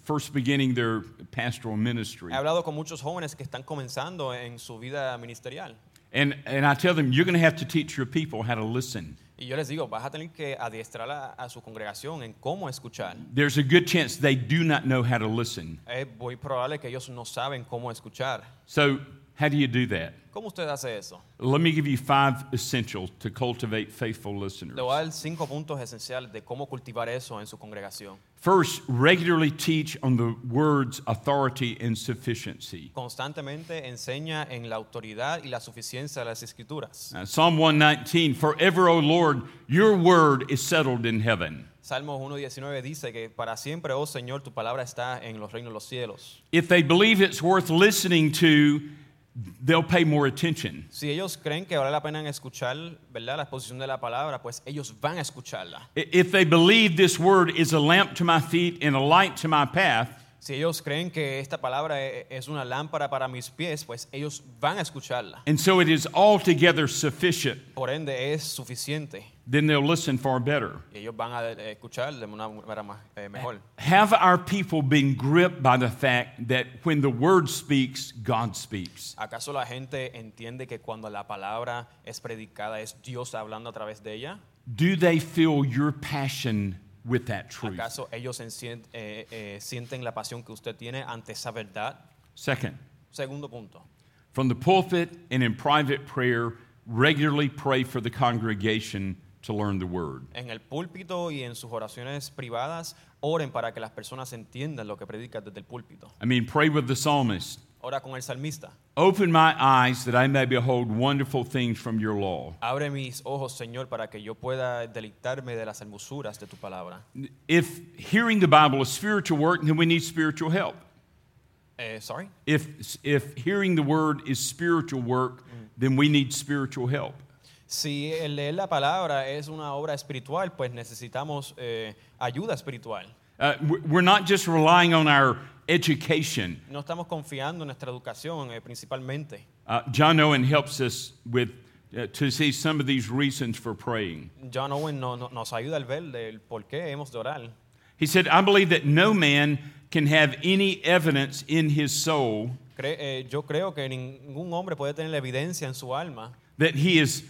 first beginning their pastoral ministry. He hablado con muchos jóvenes que están comenzando en su vida ministerial And, and I tell them, you're going to have to teach your people how to listen. y yo les digo, vas a tener que adiestrar a, a su congregación en cómo escuchar. There's a good chance they do not know how to listen. Es muy probable que ellos no saben cómo escuchar. So, how do you do that? ¿Cómo usted hace eso? Let me give you five essentials to cultivate faithful listeners. Le voy a dar cinco puntos esenciales de cómo cultivar eso en su congregación. First, regularly teach on the word's authority and sufficiency. Constantemente enseña en la autoridad y la suficiencia de las escrituras. Now, Uh, Psalm 119 Forever, O Lord, your word is settled in heaven. Salmos 1.19 dice que para siempre, oh Señor, tu palabra está en los reinos de los cielos. If they believe it's worth listening to, they'll pay more attention. Si ellos creen que vale la pena en escuchar ¿verdad? la exposición de la palabra, pues ellos van a escucharla. I- If they believe this word is a lamp to my feet and a light to my path, Si ellos creen que esta palabra e- es una lámpara para mis pies, pues ellos van a escucharla. and so it is altogether sufficient, Por ende, es suficiente. then they'll listen far better. Y ellos van a eh, escuchar de una manera más, eh, mejor. Have our people been gripped by the fact that when the word speaks, God speaks? ¿Acaso la gente entiende que cuando la palabra es predicada es Dios hablando a través de ella? Do they feel your passion with that truth? ¿Acaso ellos encien- eh, eh, sienten la pasión que usted tiene ante esa verdad? Second, Segundo punto, from the pulpit and in private prayer, regularly pray for the congregation to learn the word. en el púlpito y en sus oraciones privadas, oren para que las personas entiendan lo que predica desde el púlpito. I mean, pray with the psalmist. Ora con el salmista. Open my eyes that I may behold wonderful things from your law. Abre mis ojos, Señor, para que yo pueda delictarme de las hermosuras de tu palabra. If hearing the Bible is spiritual work, then we need spiritual help. Eh, sorry. If, if hearing the word is spiritual work, then we need spiritual help. Si el leer la palabra es una obra espiritual, pues necesitamos eh, ayuda espiritual. Uh, we- we're not just relying on our education. No estamos confiando en nuestra educación eh, principalmente. Uh, John Owen helps us with uh, to see some of these reasons for praying. John Owen no- no- nos ayuda al ver el por qué hemos de orar. He said, "I believe that no man can have any evidence in his soul Cre- eh, yo creo que ningún hombre puede tener la evidencia en su alma that he is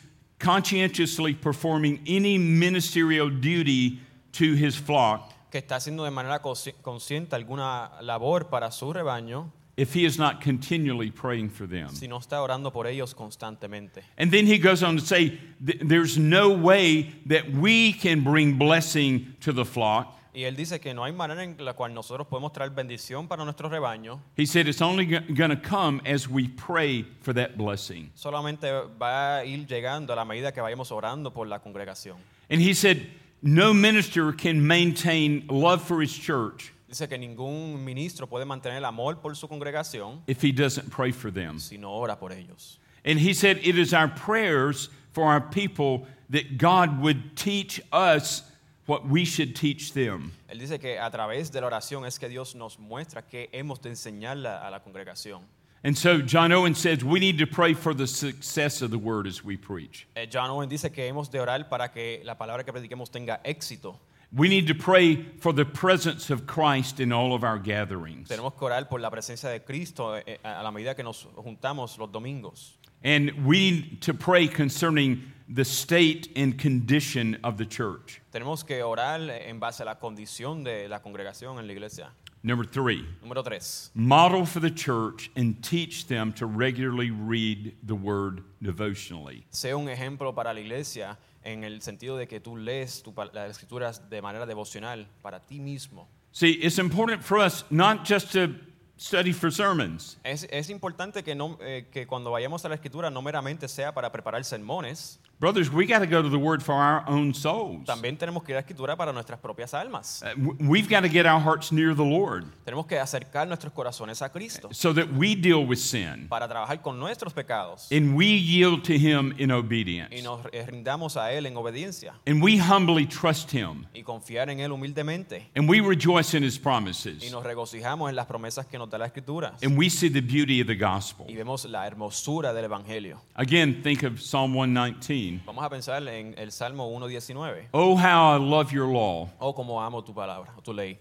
conscientiously performing any ministerial duty to his flock que está haciendo de manera consci- consciente alguna labor para su rebaño if he is not continually praying for them." si no está orando por ellos constantemente. And then he goes on to say, "Th- There's no way that we can bring blessing to the flock. Y él dice que no hay manera en la cual nosotros podemos traer bendición para nuestro rebaño, He said, It's only going to come as we pray for that blessing. solamente va a ir llegando a la medida que vayamos orando por la congregación. And he said, No minister can maintain love for his church Dice que ningún ministro puede mantener el amor por su congregación if he doesn't pray for them. si no ora por ellos. And he said, It is our prayers for our people that God would teach us what we should teach them. Él dice que a través de la oración es que Dios nos muestra que hemos de enseñarla a la congregación. And so John Owen says we need to pray for the success of the word as we preach. Eh, John Owen dice que hemos de orar para que la palabra que prediquemos tenga éxito. We need to pray for the presence of Christ in all of our gatherings. Tenemos que orar por la presencia de Cristo eh, a la medida que nos juntamos los domingos. And we need to pray concerning the state and condition of the church. Tenemos que orar en base a la condición de la congregación en la iglesia. Number three, Número tres, model for the church and teach them to regularly read the word devotionally. sea un ejemplo para la iglesia en el sentido de que tú lees tu pa- las escrituras de manera devocional para ti mismo. See, it's important for us not just to study for sermons, Es, es importante que, no, eh, que cuando vayamos a la escritura no meramente sea para preparar sermones, brothers, we got to go to the word for our own souls. también tenemos que ir a la escritura para nuestras propias almas. Uh, w- We've got to get our hearts near the Lord Tenemos que acercar nuestros corazones a Cristo so that we deal with sin para trabajar con nuestros pecados and we yield to Him in y obedience nos eh, rindamos a Él en obediencia and we humbly trust Him y confiar en Él humildemente and we rejoice in His y promises nos regocijamos en las promesas que nos da la Escritura and we see the beauty of the gospel. y vemos la hermosura del Evangelio. Again, think of Psalm 119. Vamos a pensar en el Salmo 1.19. Oh, how I love your law. Oh, como amo tu palabra, tu ley.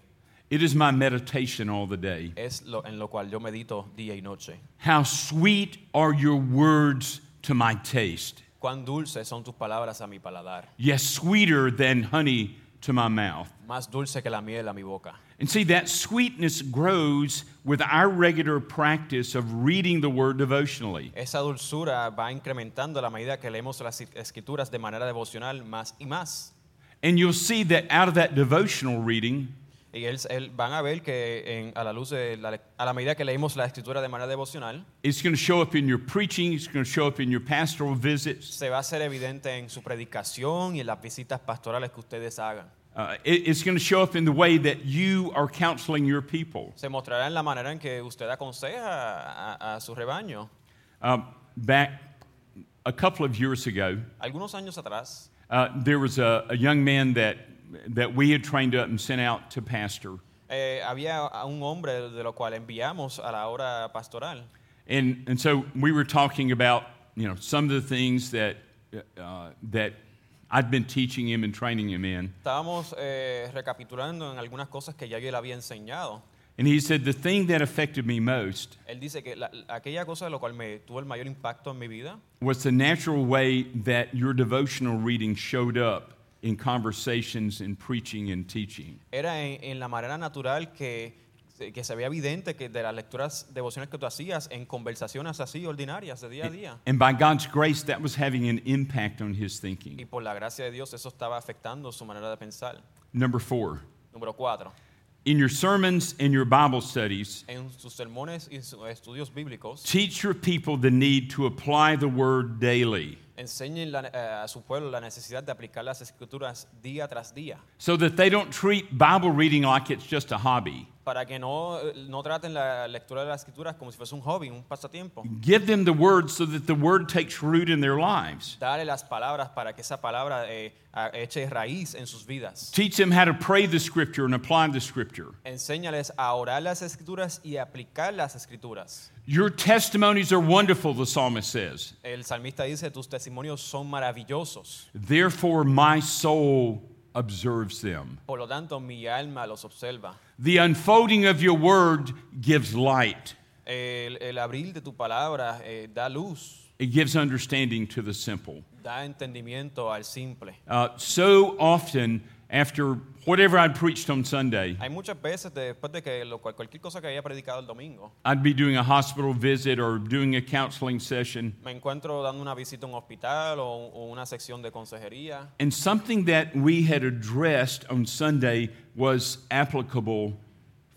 It is my meditation all the day. Es lo, en lo cual yo medito día y noche. How sweet are your words to my taste. Cuán dulces son tus palabras a mi paladar. Yes, sweeter than honey to my mouth. Más dulce que la miel a mi boca. And see, that sweetness grows with our regular practice of reading the word devotionally. Esa dulzura va incrementando a la medida que leemos las escrituras de manera devocional más y más. And you'll see that out of that devotional reading, Y él, él- van a ver que en- a la luz de la, lec- a la medida que leemos la escritura de manera devocional, it's going to show up in your preaching, it's going to show up in your pastoral visits, se va a hacer evidente en su predicación y en las visitas pastorales que ustedes hagan. uh, it- it's going to show up in the way that you are counseling your people. Se mostrará en la manera en que usted aconseja a, a su rebaño. Um, back a couple of years ago, Algunos años atrás uh, there was a, a young man that, that we had trained up and sent out to pastor. eh, había a un hombre de lo cual enviamos a la hora pastoral. And, and so we were talking about you know, some of the things that, uh, that I'd been teaching him and training him in. Estábamos eh, recapitulando en algunas cosas que ya yo le había enseñado. And he said, The thing that affected me most Él dice que la- aquella cosa de lo cual me tuvo el mayor impacto en mi vida was the natural way that your devotional reading showed up in conversations and preaching and teaching. era en, en la manera natural que, que se veía evidente que de las lecturas devocionales que tú hacías en conversaciones así ordinarias de día a día. And by God's grace, that was having an impact on his thinking. Y por la gracia de Dios eso estaba afectando su manera de pensar. Number four, Número cuatro, in your sermons and your Bible studies, en sus sermones y sus estudios bíblicos, teach your people the need to apply the word daily enseñen la- eh, a su pueblo la necesidad de aplicar las escrituras día tras día, so that they don't treat Bible reading like it's just a hobby. para que no, eh, no traten la lectura de las escrituras como si fuese un hobby, un pasatiempo. Give them the word so that the word takes root in their lives. Dale las palabras para que esa palabra eh, a- eche raíz en sus vidas. Teach them how to pray the scripture and apply the scripture. Enséñales a orar las escrituras y aplicar las escrituras. Your testimonies are wonderful, the psalmist says. El salmista dice, tus testimonios son maravillosos, Therefore, my soul observes them. por lo tanto mi alma los observa. The unfolding of your word gives light, El, el abril de tu palabra eh, da luz, it gives understanding to the simple. da entendimiento al simple. Uh, so often, after whatever I'd preached on Sunday, Hay muchas veces de- después de que lo cual- cualquier cosa que haya predicado el domingo, I'd be doing a hospital visit or doing a counseling session, me encuentro dando una visita a un hospital o, o una sección de consejería and something that we had addressed on Sunday was applicable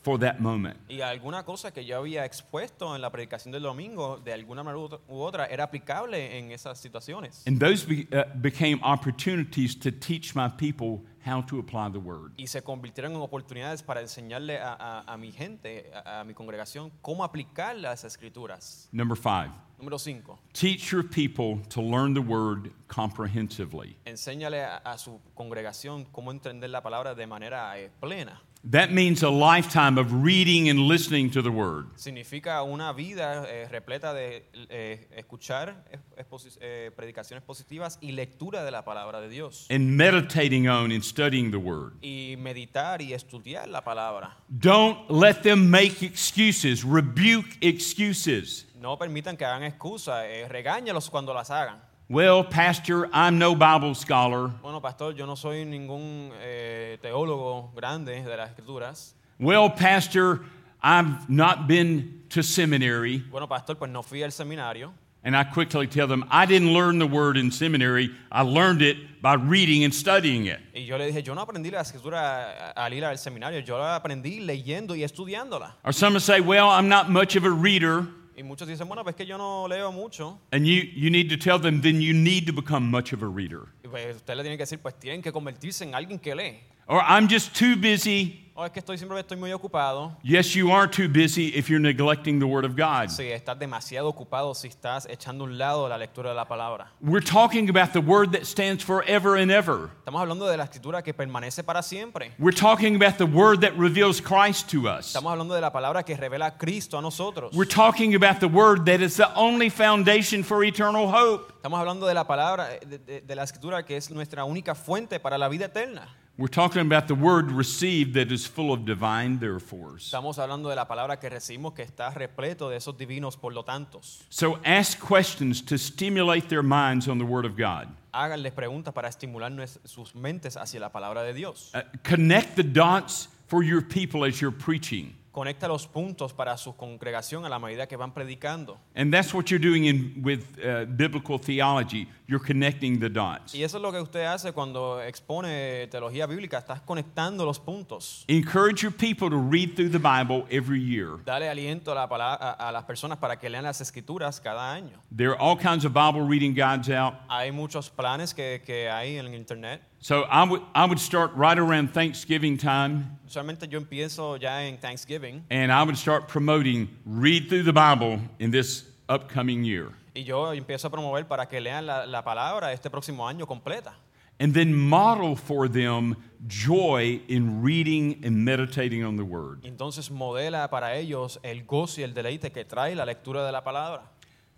for that moment. y alguna cosa que yo había expuesto en la predicación del domingo, de alguna manera u otra- u otra, era aplicable en esas situaciones. And those be, uh, became opportunities to teach my people how to apply the word. y se convirtieron en oportunidades para enseñarle a, a- a mi gente, a, a mi congregación, cómo aplicar las escrituras. Number five, Número 5. Teach your people to learn the word comprehensively. Enséñale a, a su congregación cómo entender la palabra de manera eh, plena. That means a lifetime of reading and listening to the word. Significa una vida eh, repleta de eh, escuchar eh, exposi- eh, predicaciones positivas y lectura de la palabra de Dios. and meditating on and studying the word. Y meditar y estudiar la palabra. Don't let them make excuses, rebuke excuses. No permitan que hagan excusas. eh, regáñalos cuando las hagan. Well, Pastor, I'm no Bible scholar. Bueno, pastor, yo no soy ningún eh, teólogo grande de las escrituras. Well, Pastor, I've not been to seminary. Bueno, pastor, pues no fui al seminario. And I quickly tell them, I didn't learn the word in seminary. I learned it by reading and studying it. Y yo le dije, yo no aprendí la escritura al ir al seminario, yo la aprendí leyendo y estudiándola. Or some will say, Well, I'm not much of a reader. Y muchos dicen, bueno, pues es que yo no leo mucho. And you, you need to tell them, then you need to become much of a reader. Y pues usted le tiene que decir, pues tienen que convertirse en alguien que lee. Or I'm just too busy. O es que estoy siempre estoy muy ocupado. Yes, you are too busy if you're neglecting the word of God. Si estás demasiado ocupado, si estás echando a un lado la lectura de la palabra. We're talking about the word that stands forever and ever. Estamos hablando de la escritura que permanece para siempre. We're talking about the word that reveals Christ to us. Estamos hablando de la palabra que revela a Cristo a nosotros. We're talking about the word that is the only foundation for eternal hope. Estamos hablando de la palabra, eh, de, de- de la escritura que es nuestra única fuente para la vida eterna. We're talking about the word received that is full of divine therefores. Estamos hablando de la palabra que recibimos que está repleto de esos divinos, por lo tanto. So ask questions to stimulate their minds on the word of God. Háganles preguntas para estimular nues- sus mentes hacia la palabra de Dios. Uh, connect the dots for your people as you're preaching. Conecta los puntos para su congregación a la medida que van predicando. And that's what you're doing in, with uh, biblical theology. You're connecting the dots. Y eso es lo que usted hace cuando expone teología bíblica, estás conectando los puntos. Encourage your people to read through the Bible every year. Dale aliento a, la pala- a- a las personas para que lean las escrituras cada año. There are all kinds of Bible reading guides out. Hay muchos planes que, que hay en internet. So I would, I would start right around Thanksgiving time Usualmente yo empiezo ya en Thanksgiving and I would start promoting read through the Bible in this upcoming year. y yo empiezo a promover para que lean la, la palabra este próximo año completa. And then model for them joy in reading and meditating on the Y Word. Entonces modela para ellos el gozo y el deleite que trae la lectura de la palabra.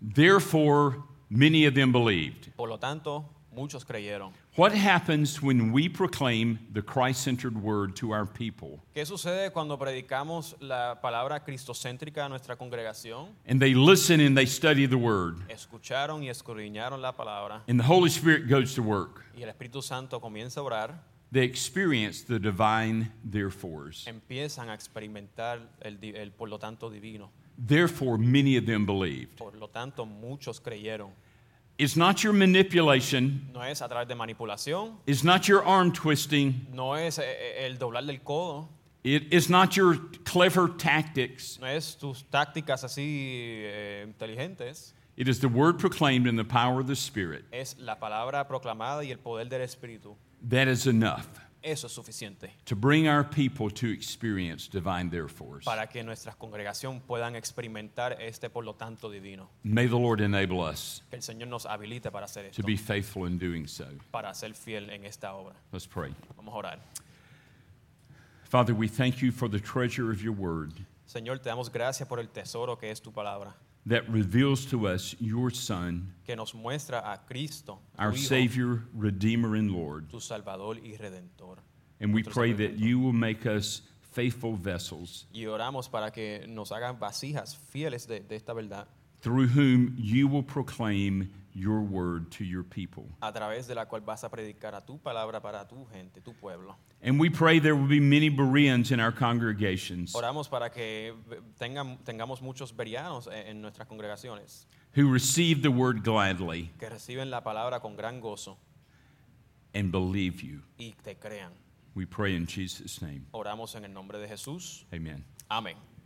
Therefore, many of them believed. Por lo tanto, muchos creyeron. What happens when we proclaim the Christ centered Word to our people ¿Qué sucede cuando predicamos la palabra cristocéntrica a nuestra congregación? and they listen and they study the Word Escucharon y escudriñaron la palabra and the Holy Spirit goes to work? y el Espíritu Santo comienza a orar, They experience the divine therefores. empiezan a experimentar el, di- el por lo tanto divino. Therefore, many of them believed. Por lo tanto, muchos creyeron. It's not your manipulation, No es a través de manipulación, it's not your arm twisting, no es eh, eh, el doblar del codo, it is not your clever tactics. no es tus tácticas así eh, inteligentes. It is the word proclaimed in the power of the Spirit. es la palabra proclamada y el poder del Espíritu. That is enough Eso es suficiente to bring our people to experience divine therefores. para que nuestras congregación puedan experimentar este por lo tanto divino. May the Lord enable us Que el Señor nos habilite para hacer to esto, be faithful in doing so. para ser fiel en esta obra. Let's pray. Vamos a orar. Father, we thank you for the treasure of your word Señor, te damos gracias por el tesoro que es tu palabra, that reveals to us your Son, que nos muestra a Cristo, tu our Hijo, Savior, Redeemer, and Lord. tu Salvador y Redentor. And we Nuestro pray Salvador. that you will make us faithful vessels Y oramos para que nos hagan vasijas fieles de, de esta verdad, through whom you will proclaim your word to your people. a través de la cual vas a predicar a tu palabra para tu gente, tu pueblo. And we pray there will be many Bereans in our congregations Oramos para que ve- tengan- tengamos muchos berianos en, en nuestras congregaciones who receive the word gladly que reciben la palabra con gran gozo and believe you. y te crean. We pray in Jesus' name. Oramos en el nombre de Jesús. Amen. Amén.